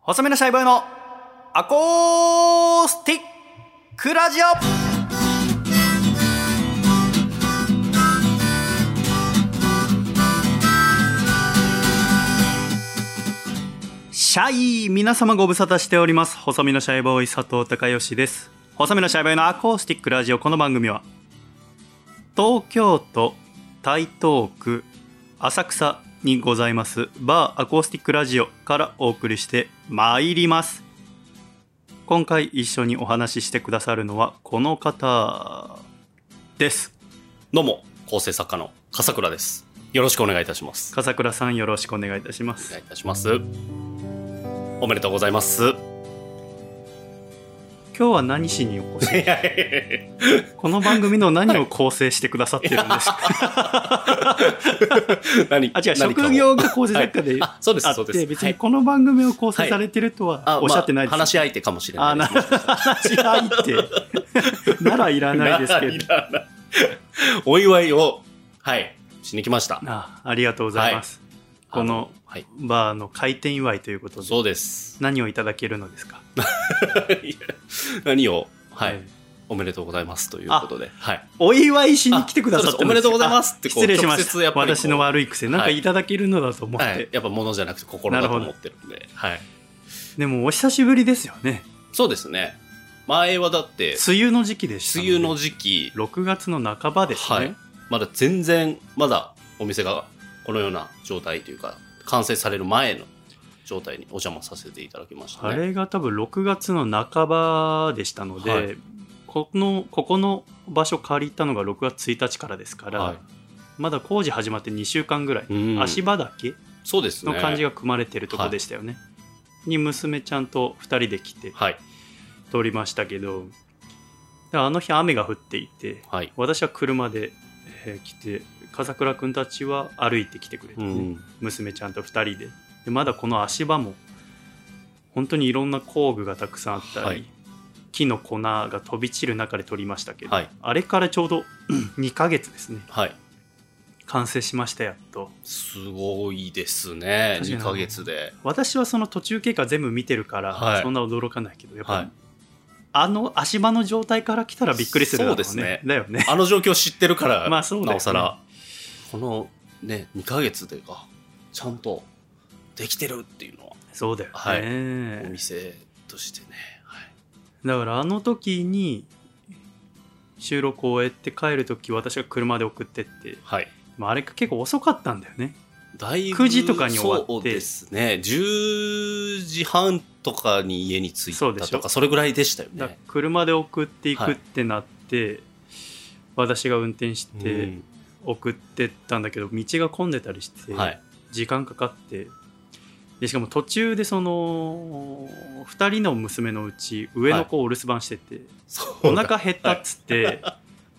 細身のシャイボーイのアコースティックラジオシャイ皆様ご無沙汰しております細身のシャイボーイ佐藤孝義です細身のシャイボーイのアコースティックラジオこの番組は東京都台東区浅草にございますバーアコースティックラジオからお送りしてまいります今回一緒にお話ししてくださるのはこの方ですどうも、構成作家の笠倉です。よろしくお願いいたします。笠倉さんよろしくお願いいたしまおす願いいたします。おめでとうございます。い今日は 何しにお越 しやいやいこの番組の何を構成してくださってるんです かや何あ違う何かを職業が構成作家であ、そうです、あそうっでてす。別にこの番組を構成されてるとあはおっしゃってないですまあよ話し相手かもしれあなあいなです。話し相手 ならいらないですけどいらない お祝いを、はい、しに来ました。あありがとうございます、このあ、はい、バーの開店祝いということでそうです。 何をいただけるのですかいや何を、はい、おめでとうございますということで、はい。お祝いしに来てくださったんあそうですおめでとうございますあってこう失礼しまし直接やたっぱりこう私の悪い癖なんかはいいただけるのだと思って、はい、やっぱ物じゃなくて心だと思ってるんで、はい。でもお久しぶりですよねそうですね。前はだって、梅雨の時期でした梅雨の時時期、 6月の半ばですね、はい、まだ全然まだお店がこのような状態というか完成される前の状態にお邪魔させていただきましたあねれが多分6月の半ばでしたので、はいこのここの場所借りたのが6月1日からですから、はまだ工事始まって2週間ぐらい、い、うん足場だけそうですのね感じが組まれてるとこでしたよね、に娘ちゃんと2人で来てはい通りましたけどであの日雨が降っていてはい、私は車で、えー来て笠倉君たちは歩いてきてくれてうね、ん、娘ちゃんと2人ででまだこの足場も本当にいろんな工具がたくさんあったり、はい木の粉が飛び散る中で撮りましたけど、はいあれからちょうど2ヶ月ですねはい完成しましたやっとすごいですね確かに2ヶ月で私はその途中経過全部見てるから、はいそんな驚かないけどやっぱ、はいあの足場の状態から来たらびっくりするだろうねそうですねだよねあの状況知ってるか らまあそうだよねなおさらこのね2ヶ月であちゃんとできてるっていうのはそうだよね、はいお店としてね、はい、だからあの時に収録を終えて帰る時私が車で送ってってはい、まああれ結構遅かったんだよねだいぶ9時とかに終わってそうですね10時半とかに家に着いそうでたしょとかそれぐらいでしたよだからね車で送っていくってなって、私が運転して送ってったんだけど、道が混んでたりして、うんはい時間かかってでしかも途中でその2人の娘のうち上の子をお留守番してて、そうお腹減ったっつって、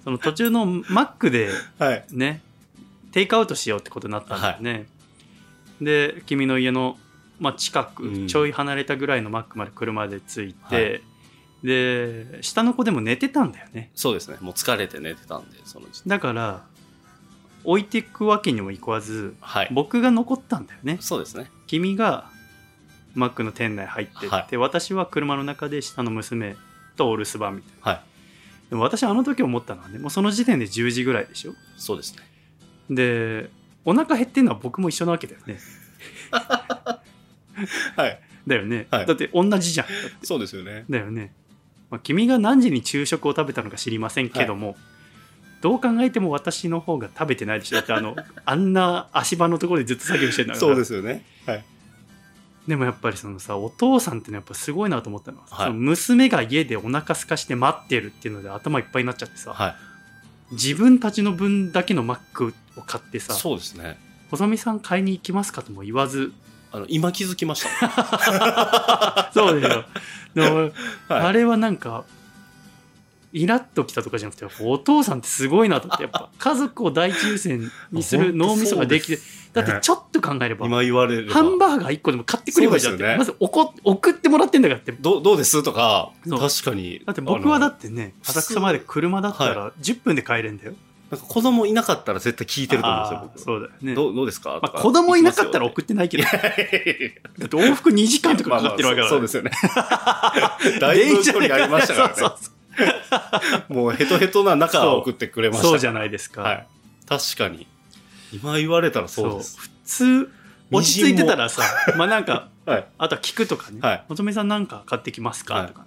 その途中のマックではいねテイクアウトしようってことになったんだよね、で君の家の、まあ、近く、うんちょい離れたぐらいのマックまで車で着いて、はで下の子でも寝てたんだよねそうですねもう疲れて寝てたんでその時点だから置いていくわけにもいかずはい僕が残ったんだよねそうですね君がマックの店内入ってって、はい私は車の中で下の娘とお留守番みたいなはいでも私あの時思ったのはねもうその時点で10時ぐらいでしょそうですねでお腹減ってんのは僕も一緒なわけだよねはいだよね、はいだって同じじゃんそうですよねだよね、まあ、君が何時に昼食を食べたのか知りませんけども、どう考えても私の方が食べてないでしょだってあのあんな足場のところでずっと作業してんだからすよねはいでもやっぱりそのさお父さんってのはやっぱすごいなと思ったのは、はいその娘が家でお腹空かして待ってるっていうので頭いっぱいになっちゃってさ、はい自分たちの分だけのマックを買ってさそうですね「細見さん買いに行きますか?」とも言わず あの今気づきました そうだよ。でも、あはいれはなんか、イラッときたとかじゃなくて、やっぱお父さんってすごいなと思って、やっ ぱ家族を第一優先にする本当脳みそができて、だってちょっと考えれば、今言われるハンバーガー1個でも買ってくればいいじゃんって、そうですよねまずおこ送ってもらってんだからって。だどうどうですとかそう確かにって僕はだあのってね、普通浅草まで車だったら10分で帰れんだよ。なんか子供いなかったら絶対聞いてると思うんですよあ、ー僕。そうだよね。どうどうですか、まとあ、か子供いなかったら送っってないけ ど、だってて往復2時間とかかかってるわけだまあまあそうから。そうですよね。 だいぶ距離ありましたからね。 そうそうもうヘトヘトな中送ってくれまそうしたそうじゃないですか。はい。確かに。今言われたらそうです。普通、落ち着いてたらさ、まあなんか、はい。あとは聞くとかね、はい求めさんなんか買ってきますか、はいとか。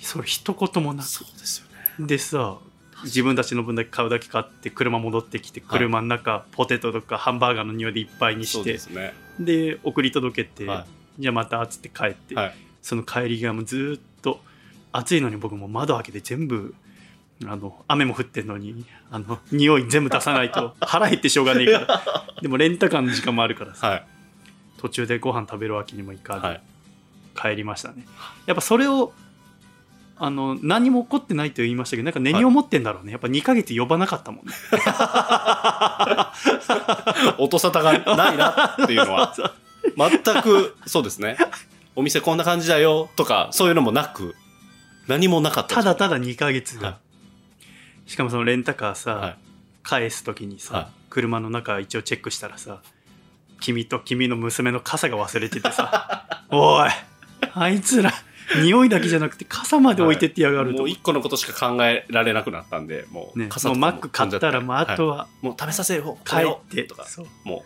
それ一言もなく。そうですよね。でさ、自分たちの分だけ買うだけ買って、車戻ってきて、はい車の中、ポテトとかハンバーガーの匂いでいっぱいにそしうでて、すね。で送り届けて、はじゃあまたっつって帰って、はいその帰りがもうずーっと暑いのに僕も窓開けて全部あの雨も降ってんのにあの匂い全部出さない と腹減ってしょうがねえからでもレンタカーの時間もあるからさはい。途中でご飯食べるわけにもいかず、はい。帰りましたねやっぱそれをあの何も起こってないと言いましたけどなんか根に思ってんだろうね、やっぱ2ヶ月呼ばなかったもんね音沙汰がないなっていうの は、全く、そうですね。お店こんな感じだよとか、そういうのもなく、何もなかったただただ、だ2ヶ月が、はしかもそのレンタカーさ、はい返す時にさ、はい車の中一応チェックしたらさ君と君の娘の傘が忘れてて さおいあいつら匂いだけじゃなくて傘まで置いてってやがると、もう一個のことしか考えられなくなったんで、もう、ね、傘もとうかマック買ったらもうあとははいもう食べさせる方、帰帰っってて、とか、そうも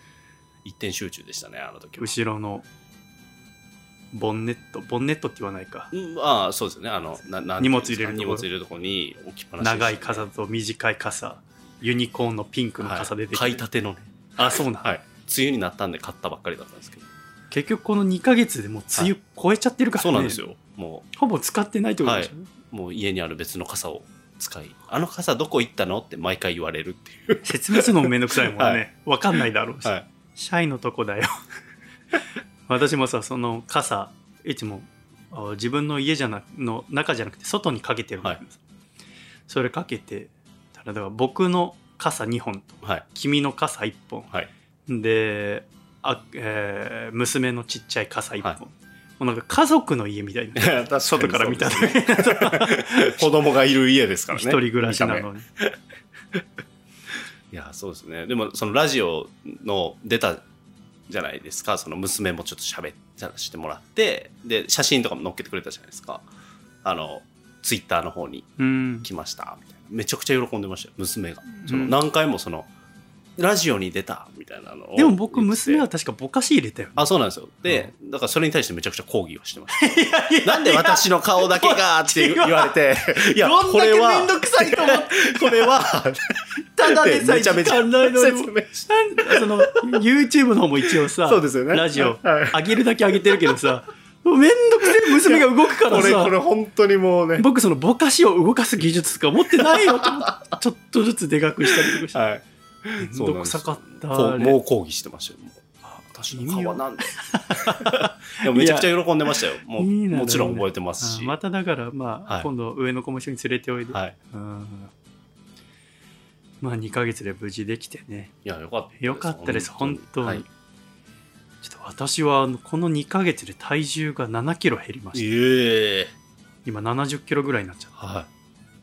う、一点集中でしたね、あの時は。後ろのボンネットボンネットって言わないかうんああ、そうですよね。あの、ななん荷物入れるところ荷物入れるところに置きっぱなしでしたね、長い傘と短い傘ユニコーンのピンクの傘出てきて、はい、買いたてのね。あそうなん、はい。梅雨になったんで買ったばっかりだったんですけど。結局この2ヶ月でもう梅雨超えちゃってるからね、そうなんですよ。もほぼ使ってないってことでしょ、う、もう家にある別の傘を使い、あの傘どこ行ったのって毎回言われるっていう。説明するのもめんどくさいもんね、はいわかんないだろうし、はい。シャイのとこだよ 私もさその傘いつもあ自分の家じゃなの中じゃなくて外にかけてるんだけどさ、それかけてたらだから僕の傘2本とはい。君の傘1本はい。であ、えー娘のちっちゃい傘1本、はいもうなんか家族の家みた いな 外から見たらそう ですね 子供がいる家ですからね。一人暮らしな見たのに目いや、そうですね。でも、そのラジオの出たじゃないですか。その娘もちょっと喋らしてもらって、で、写真とかも載っけてくれたじゃないですか。あの、ツイッターの方にうん来ましたみたいなめちゃくちゃ喜んでましたよ娘がうんその何回もそのラジオに出たみたいなのをでも僕言って娘は確かぼかし入れたよねあそうなんですよで、だからそれに対してめちゃくちゃ抗議をしてま したなんで私の顔だけがって言われていやどんこだけれめんはどくさいと思ってこれはただでさえめちゃめ時ちゃ間ないのに説明しなんその YouTube の方も一応さ そうですよねラジオはい上げるだけ上げてるけどさめんどくせえ娘が動くからこれこされ本当にもうね僕そのぼかしを動かす技術とか持ってないよと思ってちょっとずつでかくしたりとかしてはいめんそうどなんくでさすよかったこあうれもう抗議してましたよもうあ私の顔はなんででもめちゃくちゃ喜んでましたよもういいなもちろん覚えてますし、あまただからまあ、はい今度上の子も一緒に連れておいで、はいうんまあ2ヶ月で無事できてねいやよかったですよかったです本当にはいちょっと私はあのこの2ヶ月で体重が7キロ減りましたええ今70キロぐらいになっちゃったはい。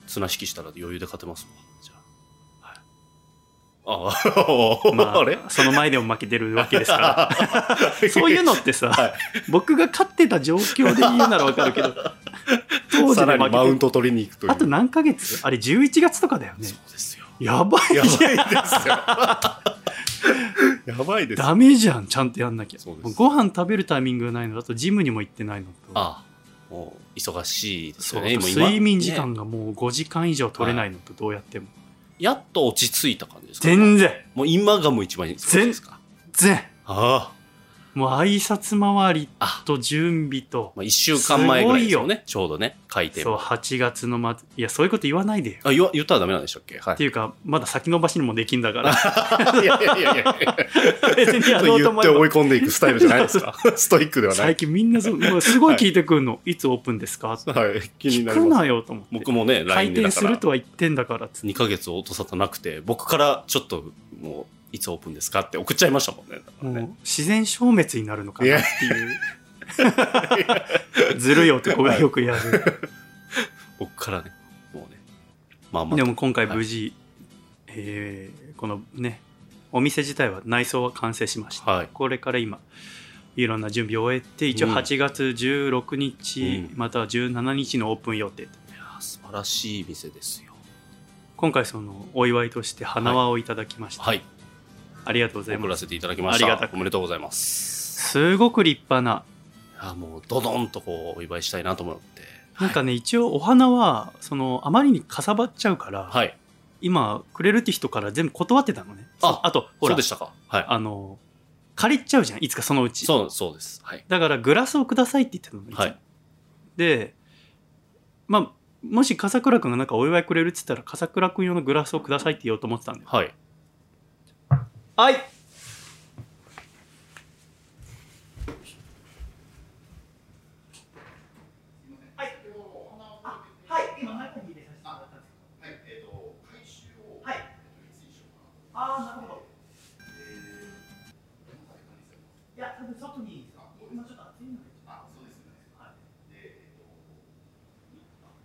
綱引きしたら余裕で勝てますわ。じゃあ。はい、ああ、まあ、 あれその前でも負けてるわけですから そういうのってさ、はい僕が勝ってた状況で言うならわかるけ ど当時さでらにマウ負けンてト取りに行くという。あと何ヶ月あれ11月とかだよねそうですよ。やばいやじばいゃん ですよ。やばいですよ。ダメじゃんちゃんとやんなきゃそうですもうご飯食べるタイミングがないのだとジムにも行ってないのとああ、もう忙しいですそようね。あともう今睡眠時ね間がもう5時間以上取れないのとどうやっても、やっと落ち着いた感じですか全然もう今がもう一番いいですか全ああ。もう挨拶回りあと準備とまあ、一週間前ぐらいですよね。ちょうどね、回転。そう8月の末いやそういうこと言わないでよあ言わ言ったらダメなんでしたっけは っていうかまだ先延ばしにもできんだから い。いやいやいやいや。別にやろうと言思ってえ追いば込んでいくスタイルじゃないです か。ストイックではない最。近みんなそうもうすごい聞いてくるの、い、つオープンですかってはい、気に聞なくります。なよと思って僕もね、回 LINE で転だすかるら、とは言ってんだからっつって2ヶ月音沙汰なくて、僕からちょっと、もう、いつオープンですかって送っちゃいましたもんね。だからもねう自然消滅になるのかなっていう ずるい男がよくやる僕からね、もうね、まあま であ、も今回無事、えーこのねお店自体は内装は完成しました、はいこれから今いろんな準備を終えて一応うん8月16日、うまたは17日のオープン予定いや素晴らしい店ですよ今回そのお祝いとして花輪をいただきました、はいありがとうござい送まらすせていただきましたありがたくおめでとうございますすごく立派なあもうドドンとこうお祝いしたいなと思ってなんかね、一応お花はそのあまりにかさばっちゃうから、はい、はい今くれるって人から全部断ってたのねああとほそうらでしたかはいあの借りちゃうじゃんいつかそのうちそうそうですはいだからグラスをくださいって言ってたのねつもはいでまあもし笠倉君がなんかお祝いくれるって言ったら笠倉君用のグラスをくださいって言おうと思ってたんだよはいはい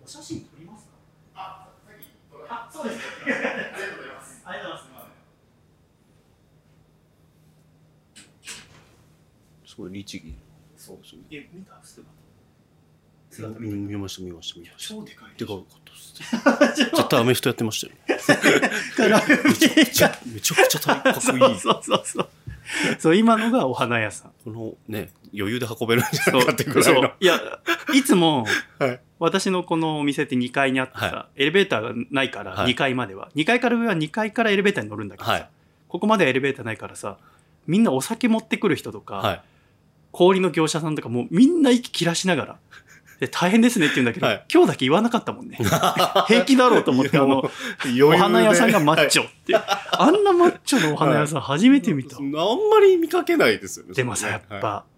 写真撮りますかあ、そうです。ありがとうございます。すごい律儀そうですねえ、見た姿姿見た見ました見ました見ました超でかいでかかったっす 絶対アメフトやって ましたよねからちょめちゃくちゃ体格い いそうそうそうそう今のがお花屋さんこのね余裕で運べるんじゃそなう いかってぐらいのそういやいつもはい私のこのお店って2階にあってさ、はエレベーターがないからはい2階までは、2階から上は2階からエレベーターに乗るんだけどさ、はいここまではエレベーターないからさみんなお酒持ってくる人とか、は氷の業者さんとかもうみんな息切らしながらで大変ですねって言うんだけど、はい今日だけ言わなかったもん ね平気だろうと思ってあのいおお花屋さんがマッチョって、あんなマッチョのお花屋さん初めて見た、あんまり見かけないですよねでもさやっぱ、はい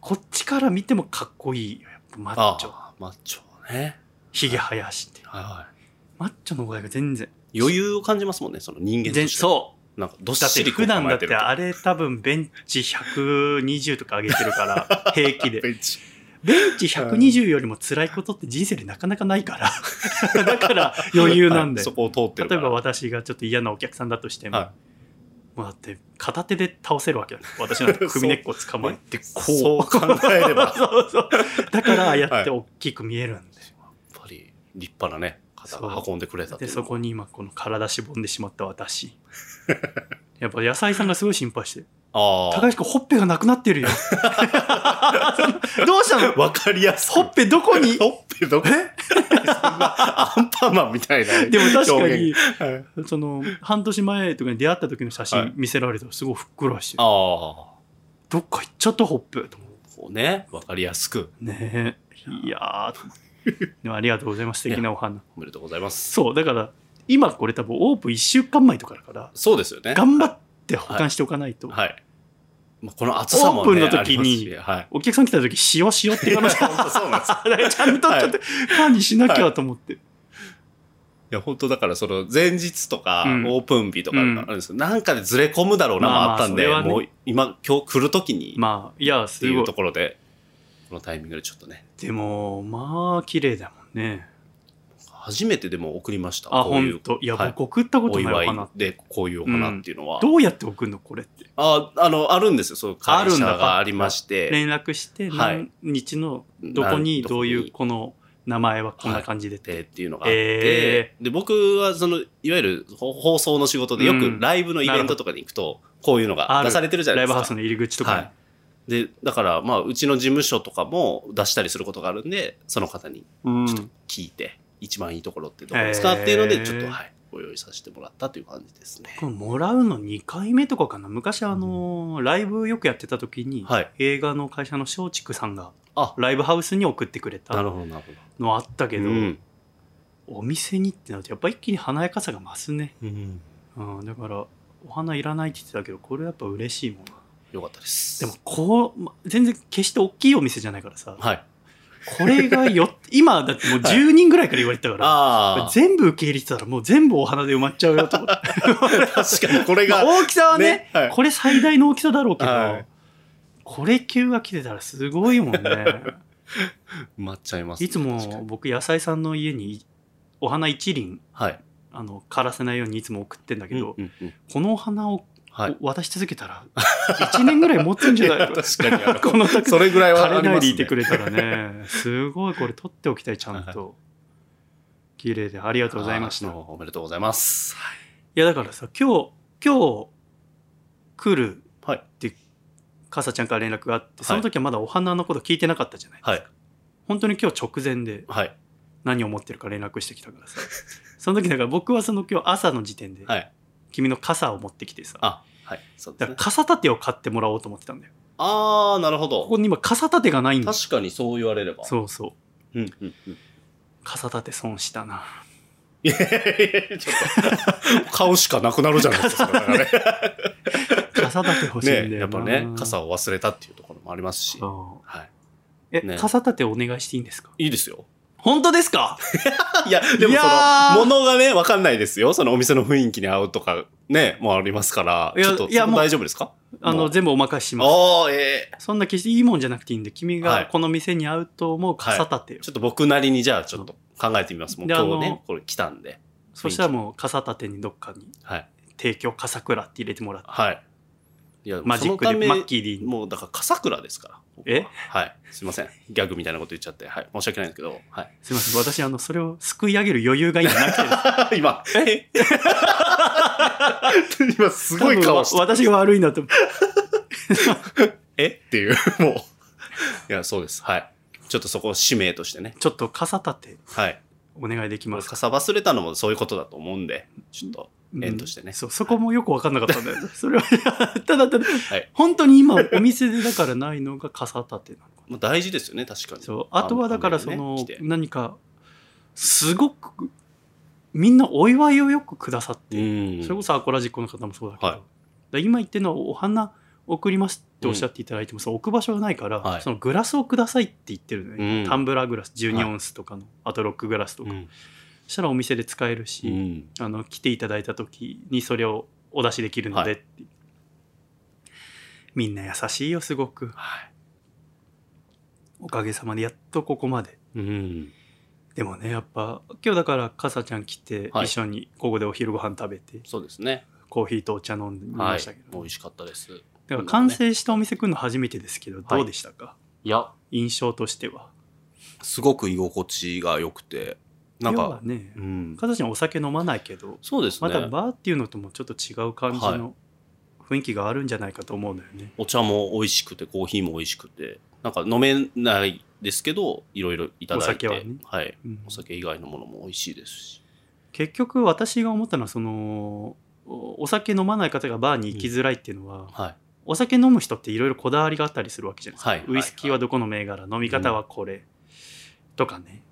こっちから見てもかっこいいよやっぱマッチョああマッチョねひげ生やしてはいはマッチョの声が全然い余裕を感じますもんねその人間と全してそなんかどっうだっしてり普段だってあれれ多分ベンチ120とか上げてるから 平気でベンチベンチ120よりも辛いことって人生でなかなかないから だから余裕なんだよはいそこを通ってるか例えばら私がちょっと嫌なお客さんだとしても、はもうだって片手で倒せるわけだ私なんて首根っこ捕まえてこう そう考えればや そうそうだからああやって大きく見えるんで,、っぱり立派なね方が運んでくれたってでいうそこに今この体しぼんでしまった 私やっぱ野菜さんがすごい心配して「あ高あ橋君ほっぺがなくなって るよ」そのどうしたのわかりやすいほっぺどこにほっぺどこそんなアンパンマンみたいな でも確かに表現はいその半年前とかに出会った時の写は真い見せられたらすごいふっくらしてる、ああどっか行っちゃったほっぺと思ってこうねわかりやすくねえいやーと思 ってでもありがとうございます素敵なお花おめでとうございますそうだから今これ多分オープン1週間前とかだからそうですよね頑張って保管しておかないと、はい、まあ、この暑さも、ね、オープンの時にありますしはいお客さん来た時塩塩って言わなきゃ本当 そうなんですよだから ちゃんとはいちょっと管理しなきゃと思って、いや、本当だから、その、前日とか、うんオープン日とかあうんるんですよ。なんかでずれ込むだろうな、まあもあったんで、まあそれはねもう、今、今日来るときに、まあいやってすいごういところで、このタイミングでちょっとね、でもまあ綺麗だもんね初めてでも送りました。あこうい本う、当いや、はい僕送ったことおないお祝い花で、こういうお花っていうのは。どうやって送るのこれってあ、あの、あるんですよ。そういう会あるん社だがありまして。連絡してはい何日のどこになんどういどこうにこの名前はこんな感じでって、でっていうのがあって、えで僕はそのいわゆるほ放送の仕事でようくんライブのイベントとかに行くとこういうのが出されてるじゃなラいイブですハウかスの入り口とかに、はい、でだからまあうちの事務所とかも出したりすることがあるんでその方にうん聞いて一番いいところってどこですかっていうのへーでちょっと、はい、ご用意させてもらったという感じですねこれもらうの2回目とかかな昔あのーライブよくやってた時に、はい映画の会社の松竹さんがあライブハウスに送ってくれなるたほどなるほどのあったけど、うんお店にってなるとやっぱ一気に華やかさが増すね、うん、うん、だからお花いらないって言ってたけどこれやっぱ嬉しいもんよかったですでもこうま全然決して大きいお店じゃないからさはいこれが よ今だってもう10人ぐらいから言われてたから、あ全部受け入れてたらもう全部お花で埋まっちゃうよと思って あ確かにこれまあが大きさはねねは いこれ最大の大きさだろうけど、はいこれ級が来てたらすごいもんね 埋まっちゃいますね、いつ確かもに僕野菜さんの家にお花一輪はいあの枯らせないようにいつも送ってんだけど、うんうんこのお花をはい。渡し続けたら1年ぐらい持つんじゃない いや確かにあのこの高 それぐらいはあ枯れりないます、でね。いてくれたらねすごいこれ取っておきたいちゃんと綺麗でありがとうございましたあいーおめでとうございます。やだからさ今日今日来るはい。かさちゃんから連絡があっていその時はまだお花のこと聞いてなかったじゃない、はい。本当に今日直前ではい。何を思ってるか連絡してきたからさ その時だから僕はその今日朝の時点ではい。君の傘を持ってきてさ、あ、はい。そうだでかすねら。傘立てを買ってもらおうと思ってたんだよあー、なるほど。ここに今傘立てがないんだよ確かにそう言われれば。う。そうそううんうんうん。傘立て損したないやいやいやちょっと、顔しかなくなるじゃないですか。それはね傘立て 欲しいんだよな、ね、やっぱね、傘を忘れたっていうところもありますし。そはうえ、ね傘立てお願いしていいんですかい。いいですよ。本当ですかいや、でいもやそーの、ものがね、わかんないですよ。そのお店の雰囲気に合うとか、ね、もうありますから。いやちょっと、いやそこもう大丈夫ですかあものう全部お任せしますあー、ええそんな決していいもんじゃなくていいんで君はがいこの店に合うと思う傘立てを、ちょっと僕なりに、じゃあちょっと考えてみます。もうで今あの日ね、これ来たんで。そしたらもう傘立てにどっかにはい。提供笠倉って入れてもらってはい。いや、マジックそのたでめマッキーでいいのもうだから、笠倉ですから。僕はえはい。すいません。ギャグみたいなこと言っちゃって。はい。申し訳ないんですけど。はすいません私あのそれをすくい上げる余裕が今なくて い。今。え今、 すごい顔多して。分わ私が悪いなとえっ ていう、もう。いや、そうです。はい。ちょっとそこを使命としてね。ちょっと傘立てはい。お願いできますか傘忘れたのもそういうことだと思うんで、ちょっと、縁としてね。そうそこもよく分かんなかったんだよねそれは ただただ、い本当に今お店でだからないのが傘立てなのかまあ、大事ですよね、確かに。なそうあとはだからそ雨の、にね来て何かすごくみんなお祝いをよくくださって、うん。それこそアコラジックの方もそうだけど、はいだから今言ってるのはお花送りますっておっしゃっていただいても、その置く場所がないから、はいそのグラスをくださいって言ってるのね、うんタンブラーグラス12オンスとかの、あとロックグラスとか、うんそしたらお店で使えるし、うん。あの来ていただいた時にそれをお出しできるのでって、みんな優しいよすごくはい。おかげさまでやっとここまでうん。でもねやっぱ今日だからかさちゃん来てはい一緒にここでお昼ご飯食べてそうですね。コーヒーとお茶飲んでみはまいしたけ。ど、美味しかったです。だから完成したお店来るの初めてですけどどうでしたか、いや、印象としてはすごく居心地が良くて、なん要はか、ねうん、かさちゃんお酒飲まないけどそうですまね、たバーっていうのともちょっと違う感じの雰囲気があるんじゃないかと思うんだよね、お茶も美味しくて、コーヒーも美味しくて、なんか飲めないですけど、いろいろいただいて、お酒はねはい、うんお酒以外のものも美味しいですし、結局私が思ったのはそのおお酒飲まない方がバーに行きづらいっていうのは、はい、お酒飲む人っていろいろこだわりがあったりするわけじゃないですか、はいウイスキーはどこの銘柄飲み方はこれ、とかね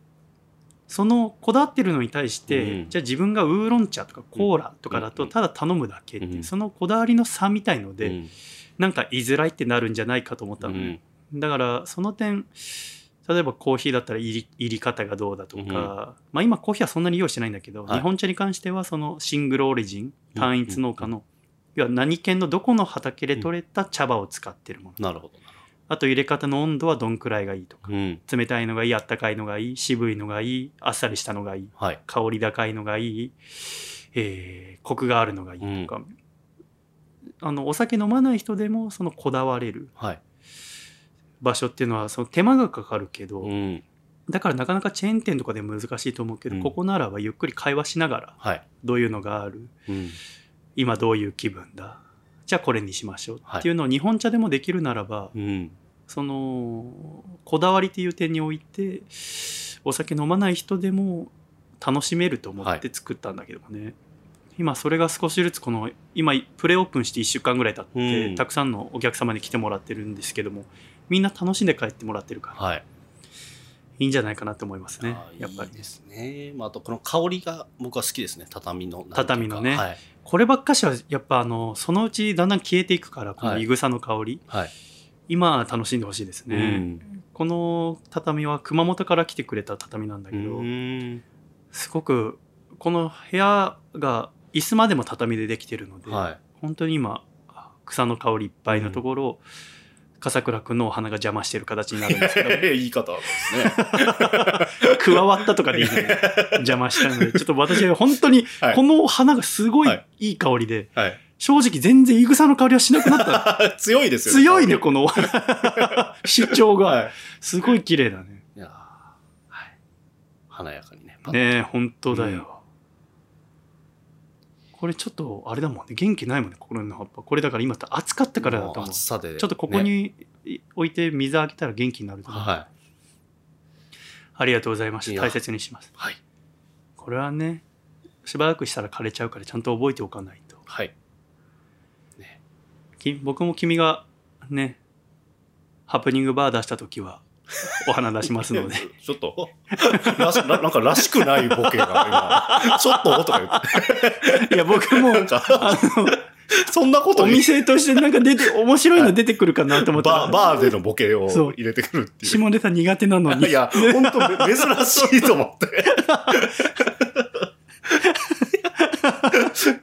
そのこだわってるのに対して、うんじゃあ自分がウーロン茶とかコーラとかだうとんただ頼むだけっていう、うんそのこだわりの差みたいので、うんなんか居づらいってなるんじゃないかと思ったのね、だからその点例えばコーヒーだったら入り入り方がどうだとか、うんまあ、今コーヒーはそんなに用意してないんだけど、はい日本茶に関してはそのシングルオリジンうん単一農家の、要は何県のどこの畑で取れた茶葉を使ってるもの、なるほど、あと入れ方の温度はどんくらいがいいとか、うん、冷たいのがいいあったかいのがいい渋いのがいいあっさりしたのがいいはい、香り高いのがいい、えーコクがあるのがいいとか、あのお酒飲まない人でもそのこだわれるはい、場所っていうのはその手間がかかるけど、うん、だからなかなかチェーン店とかで難しいと思うけど、うんここならばゆっくり会話しながらはい、どういうのがあるうん、今どういう気分だじゃあこれにしましょうはいっていうのを日本茶でもできるならば、うん、そのこだわりっていう点においてお酒飲まない人でも楽しめると思って作ったんだけどもね、今それが少しずつこの今プレオープンして1週間ぐらい経って、うんたくさんのお客様に来てもらってるんですけどもみんな楽しんで帰ってもらってるからはい、いいんじゃないかなと思いますねあーやっぱりいいですね、まあ、あとこの香りが僕は好きですね、畳のなんていうか、畳のねはい、こればっかしはやっぱあのそのうちだんだん消えていくからこのいぐさの香り、はい、今楽しんでほしいですね、うんこの畳は熊本から来てくれた畳なんだけど、うんすごくこの部屋が椅子までも畳でできてるので、はい、本当に今草の香りいっぱいのところを、笠倉くんのお花が邪魔してる形になるんですけど 言い方ですね。加わったとかでいいので邪魔したのでちょっと私は本当に はいこの花がすごいはいいい香りではい。正直全然いぐさの香りはしなくなった 強いですよ強いね香この主張りがはい。すごい綺麗だねいやーはい。華やかにね。ねえ本当だよ、これちょっとあれだもんね元気ないもんね心の葉っぱこれだから今って暑かったからだともう思う暑ちさで、ね。ょっとここにい置いて水あげたら元気になると思うはありがとうございまいしたや大切にしますい。はい。これはねしばらくしたら枯れちゃうからちゃんと覚えておかないとはい。き僕も君がねハプニングバー出した時はお花出しますので ちょっと、らしななんからしくないボケが今、 ちょっととか言って、いや僕もなんか、あのそんなことおに店としてなんか出て面白いの出てくるかなと思ったらバー、バーでのボケをそう入れてくるっていう。下ネタ苦手なのにいや、本当珍しいと思って。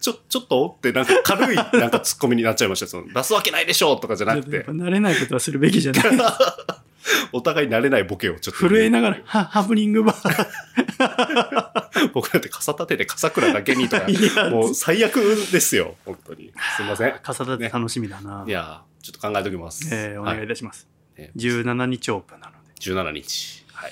ちょ、ちょっとって、なんか軽い、なんかツッコミになっちゃいました。その出すわけないでしょうとかじゃなくやってぱ、慣れないことはするべきじゃ ない。お互い慣れないボケをちょっと。震えながら、ハハプニングバー。僕なんて傘立てて笠倉だけにとか、いやもう最悪ですよ、本当に。すいません。傘立て楽しみだな。いやー、ちょっと考えときます。えーおはい願いいたします。ね17日オープンなので。 17日。はい。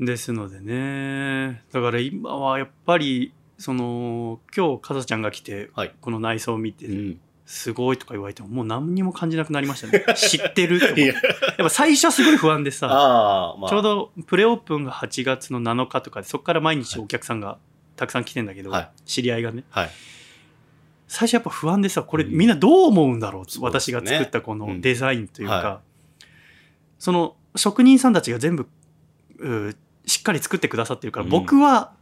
ですのでね、だから今はやっぱり、その、今日、かさちゃんが来て、はいこの内装を見て、ん。すごいとか言われても、もう何にも感じなくなりましたね。知ってると思っいて。ややっ、ぱ最初はすごい不安でさ、ああ、まあ。ちょうどプレオープンが8月の7日とかで、そこから毎日お客さんがたくさん来てんだけど、はい知り合いがね。はい。最初やっぱ不安でさこれうんみんなどう思うんだろう、そうで私すねが作ったこのデザインというか、うんはその職人さんたちが全部うーしっかり作ってくださってるから、うん僕は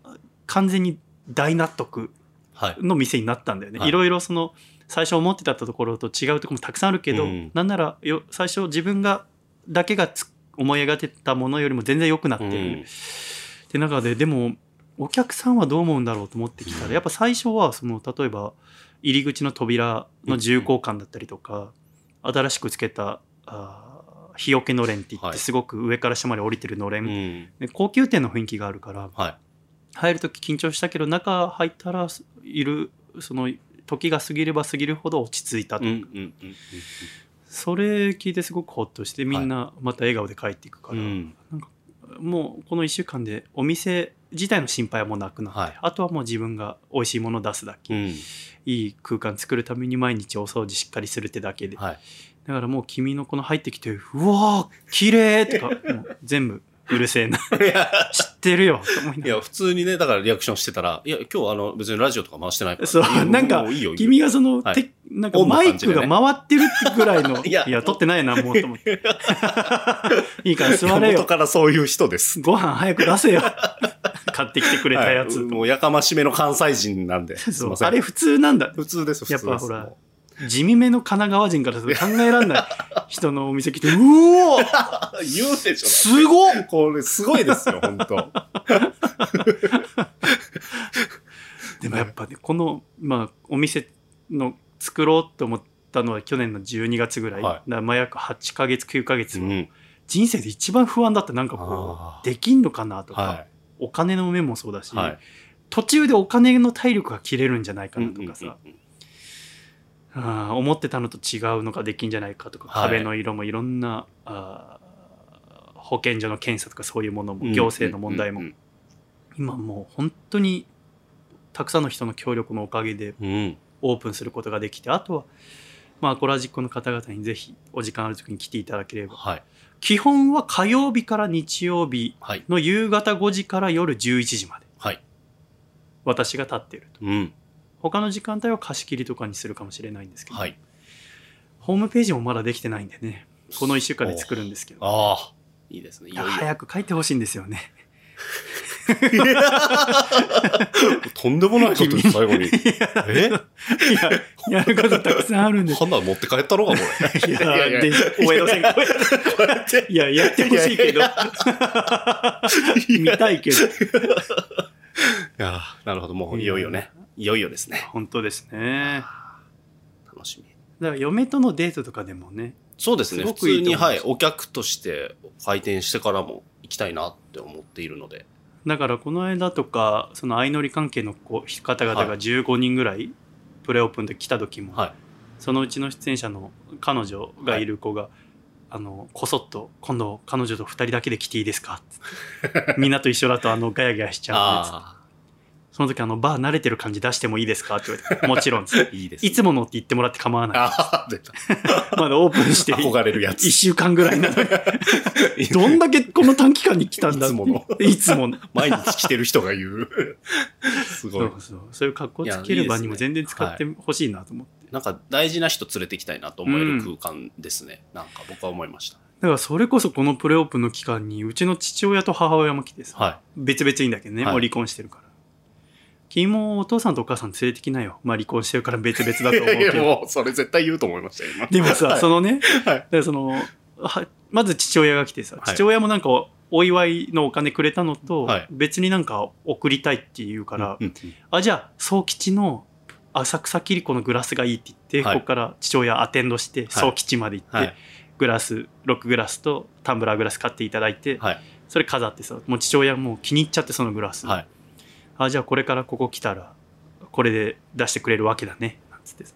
完全に大納得はい。の店になったんだよね、はいい、ろいろその最初思ってたところと違うところもたくさんあるけど、うんなんならよ最初自分がだけがつ思い描いてたものよりも全然良くなってる、うんって中ででもお客さんはどう思うんだろうと思ってきたらやっぱ最初はその例えば入り口の扉の重厚感だったりとか、新しくつけたあー日よけのれんって言っはていすごく上から下まで降りてるのれん、うん。で高級店の雰囲気があるからはい。入る時緊張したけど中入ったらすいるその時が過ぎれば過ぎるほど落ち着いたと、うんうんうんうんそれ聞いてすごくホッとしてみんなまた笑顔で帰っていくかうん。ら、うん。もうこの1週間でお店自体の心配はもうなくなって、はいあとはもう自分が美味しいものを出すだけ、うん。いい空間作るために毎日お掃除しっかりするってだけで、はい。だからもう君のこの入ってきて「うわー綺麗とか もう全部うるせえな知いやってるよと思いいながや、普通にね、だからリアクションしてたら、いや、今日あの、別にラジオとか回してないから。そういやなんかもういいよ、いらいよ君がその、はいてなんかオンなマイ感じクでがね回ってるってぐらいの いやいや撮ってないなもうと思って いいから座れ元よからそういう人です。ご飯早く出せよ 買ってきてくれたやつ、はいもうやかましめの関西人なんで。すそいうません。あれ普通なんだ普通です、普通です。やっぱほらも地味めの神奈川人からすると考えられない人のお店来て、うおーう。言うでしょ。すご っこれ、すごいですよ、本当でもやっぱね、この、まあ、お店の作ろうと思ったのは去年の12月ぐらい。はいだからまあ約8ヶ月、9ヶ月、うん。人生で一番不安だった。なんかこあう、ーできんのかなとか、はお金の面もそうだし、い。はい。途中でお金の体力が切れるんじゃないかなとかさ、うんうんうんあー思ってたのと違うのができんじゃないかとか、はい壁の色もいろんな、あー保健所の検査とかそういうものうんも、行政の問題もう。ん今もう本当にたくさんの人の協力のおかげでうんうんオープンすることができてあとはまあアコラジックの方々にぜひお時間ある時に来ていただければはい基本は火曜日から日曜日はいの夕方5時から夜11時まではい私が立っているとうん他の時間帯は貸し切りとかにするかもしれないんですけど、はいホームページもまだできてないんでねこの1週間で作るんですけどああいいですねいよいよ早く書いてほしいんですよねとんでもないこと最後にいえややることたくさんあるんです花持って帰った のかこいやいやいやでお江戸線越えてれいや、やってほしいけどいやいやいや、見たいけど。いやーなるほどもういよいよねいよいよですね本当ですね。楽しみだから嫁とのデートとかでもねそうですねすご普くいいと思通にいますはいお客として開店してからも行きたいなって思っているのでだからこの間とかその相乗り関係の子方々はがい15人ぐらいプレオープンで来た時も、はいそのうちの出演者の彼女がいる子が、あのこそっと「今度彼女と2人だけで来ていいですか?つって」みんなと一緒だとあのガヤガヤしちゃうんでつって あその時あのバー慣れてる感じ出してもいいですか?」って言われて「もちろん」つってーいいですねいつものって言ってもらって構わないああ出たまだオープンして 憧れるやつ1週間ぐらいなのにどんだけこの短期間に来たんだっていつものいつもの毎日来てる人が 言うすごそいうそうそういう格好つけいやいるいですね場にも全然使ってほしいなと思って、なんか大事な人連れてきたいなと思える空間ですね、なんか僕は思いましただからそれこそこのプレオープンの期間にうちの父親と母親も来てさは別々いいんだけどね、はいもう離婚してるから君もお父さんとお母さん連れてきなよまあ離婚してるから別々だいと思うけ やいやどもうそれ絶対言うと思いましたよ今でもさ、はいそのね、はいだからそのはまず父親が来てさはい父親もなんかお祝いのお金くれたのと、はい別になんか送りたいって言うから、うんうんあじゃあ宗吉の浅草キリコのグラスがいいって言って、はいここから父親アテンドして宗吉まで行って、はいグラスロックグラスとタンブラーグラス買っていただいて、はいそれ飾ってさもう父親もう気に入っちゃってそのグラス、はいあじゃあこれからここ来たらこれで出してくれるわけだねなんつってさ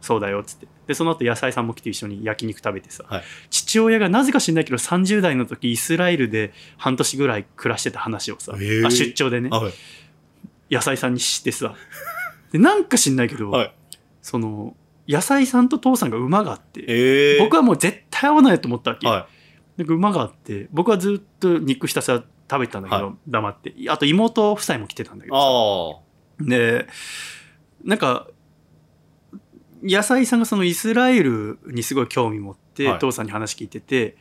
そうだよっつってでその後野菜さんも来て一緒に焼肉食べてさ、はい父親がなぜか知んないけど30代の時イスラエルで半年ぐらい暮らしてた話をさ、へーあ出張でねはい野菜さんにしてさ でなんか知んないけど、はいその野菜さんと父さんが馬があって、え僕はもう絶対合わないと思ったわけ、はなんか馬があって僕はずっと肉ひたすら食べてたんだけど、は黙ってあと妹夫妻も来てたんだけいどさあでなんか野菜さんがそのイスラエルにすごい興味持って、はい父さんに話聞いてて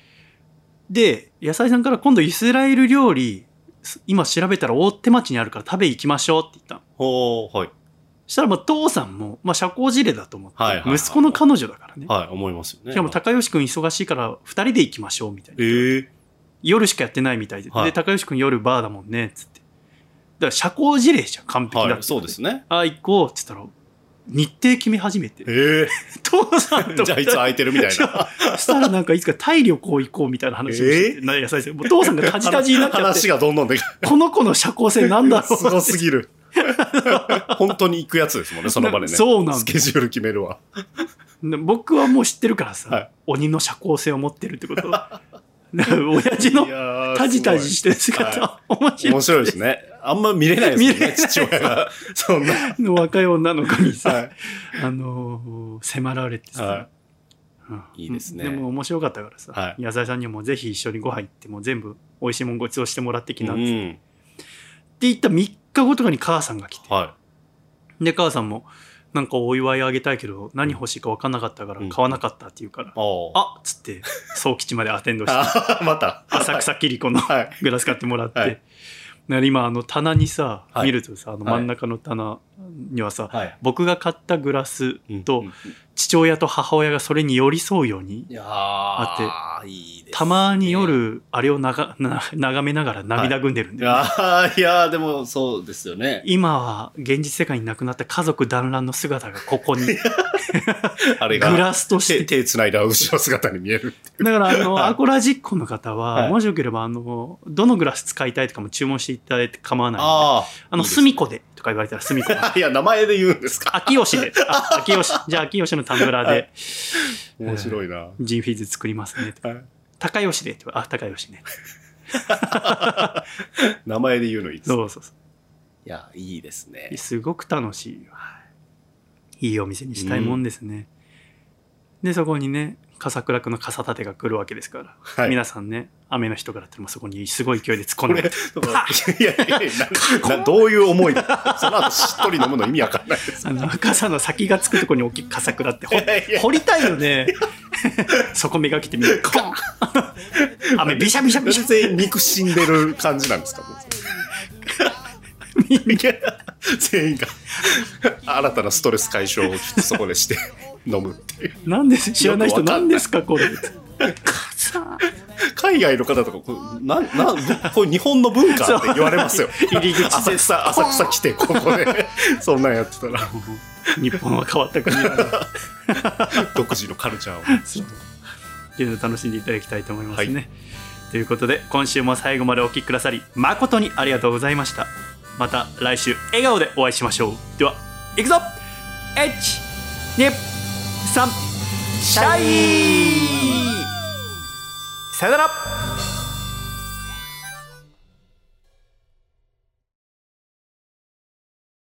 で野菜さんから今度イスラエル料理す今調べたら大手町にあるから食べ行きましょうって言ったのあほうはいしたらまあ父さんも、まあ、社交辞令だと思って、はいはいはい息子の彼女だからね、はい思いますよねしかも高吉君忙しいから2人で行きましょうみたいな、ええ夜しかやってないみたいで,、はいで高吉君夜バーだもんねっつってだから社交辞令じゃん完璧だって、はいそうで すねああ行こうっつったら日程決め始めてえ父さんえと じゃあいつ空いてるみたいそうなしたらなんかいつかタイ旅行行こうみたいな話をしてて、えなんや最初もう父さんがタジタジになっちゃっ話てがどんどんでこの子の社交性なんだろうすごすぎる本当に行くやつですもんねその場でね そうなんだよスケジュール決めるわで僕はもう知ってるからさ、はい鬼の社交性を持ってるって こと だから親父のタジタジしてる姿、 面白い面白いですねあんま見れないです見よれなねい父 親がそんなはの若い女の子にさ、いあのー迫られてさ、はうんいいですねでも面白かったからさ、は野菜さんにもぜひ一緒にご飯行ってもう全部美味しいもんごちそうしてもらってきなっうて,、ってん言った3日後とかに母さんが来て、はで母さんもなんかお祝いあげたいけど何欲しいか分かんなかったからうん買わなかったって言うから、いああっつ って宗吉までアテンドしてあまた浅草キリコのはい グラス買ってもらって、はいだから今あの棚にさ、はい見るとさあの真ん中の棚にはさ、はい僕が買ったグラスと、うん父親と母親がそれに寄り添うようにいやあっていいですねたまに夜あれをながな 眺めながら涙ぐんでるんいだよね、やーいやーでもそうですよね今は現実世界になくなった家族団らんの姿がここにグあれがラスとして 手手繋いだ後ろ姿に見えるだからあのアコラジッコの方は、はいもしよければあのどのグラス使いたいとかも注文していただいて構わないのでああのいいですすみこでとか言われたらすみこであいや名前で言う んですか秋吉 であ秋吉じゃあ秋吉のタンブラーはでい面白いなジンフィーズ作りますねとか、はい高吉でとかあ高吉ね名前で言うのいいですねそうそうそいやいいですねうすごく楽しいよいいお店にしたいもんですね、でそこにね笠倉区の傘立てが来るわけですから、はい皆さんね雨の人からってもそこにすごい勢いで突っ込こんでれ、パいやいやいやななどういう思い で、その後しっとり飲むの意味わかんないです。あの傘の先がつくところに大きく笠倉って掘 いやいや掘りたいよね そこめがけてみるコン 雨びしゃびしゃびしゃ全員肉死んでる感じなんですかもういや全員が新たなストレス解消をそこでして飲むっていうなんです知らない人よくわかんな何いですかこれ傘海外の方とかこうななこれ日本の文化って言われますよ入り口で浅草浅草来てここでそんなんやってたら日本は変わった国だな独自のカルチャーをそうっていうのを楽しんでいただきたいと思いますね、ということで今週も最後までお聴きくださり誠にありがとうございましたまた来週笑顔でお会いしましょうではいくぞ123シャイさよなら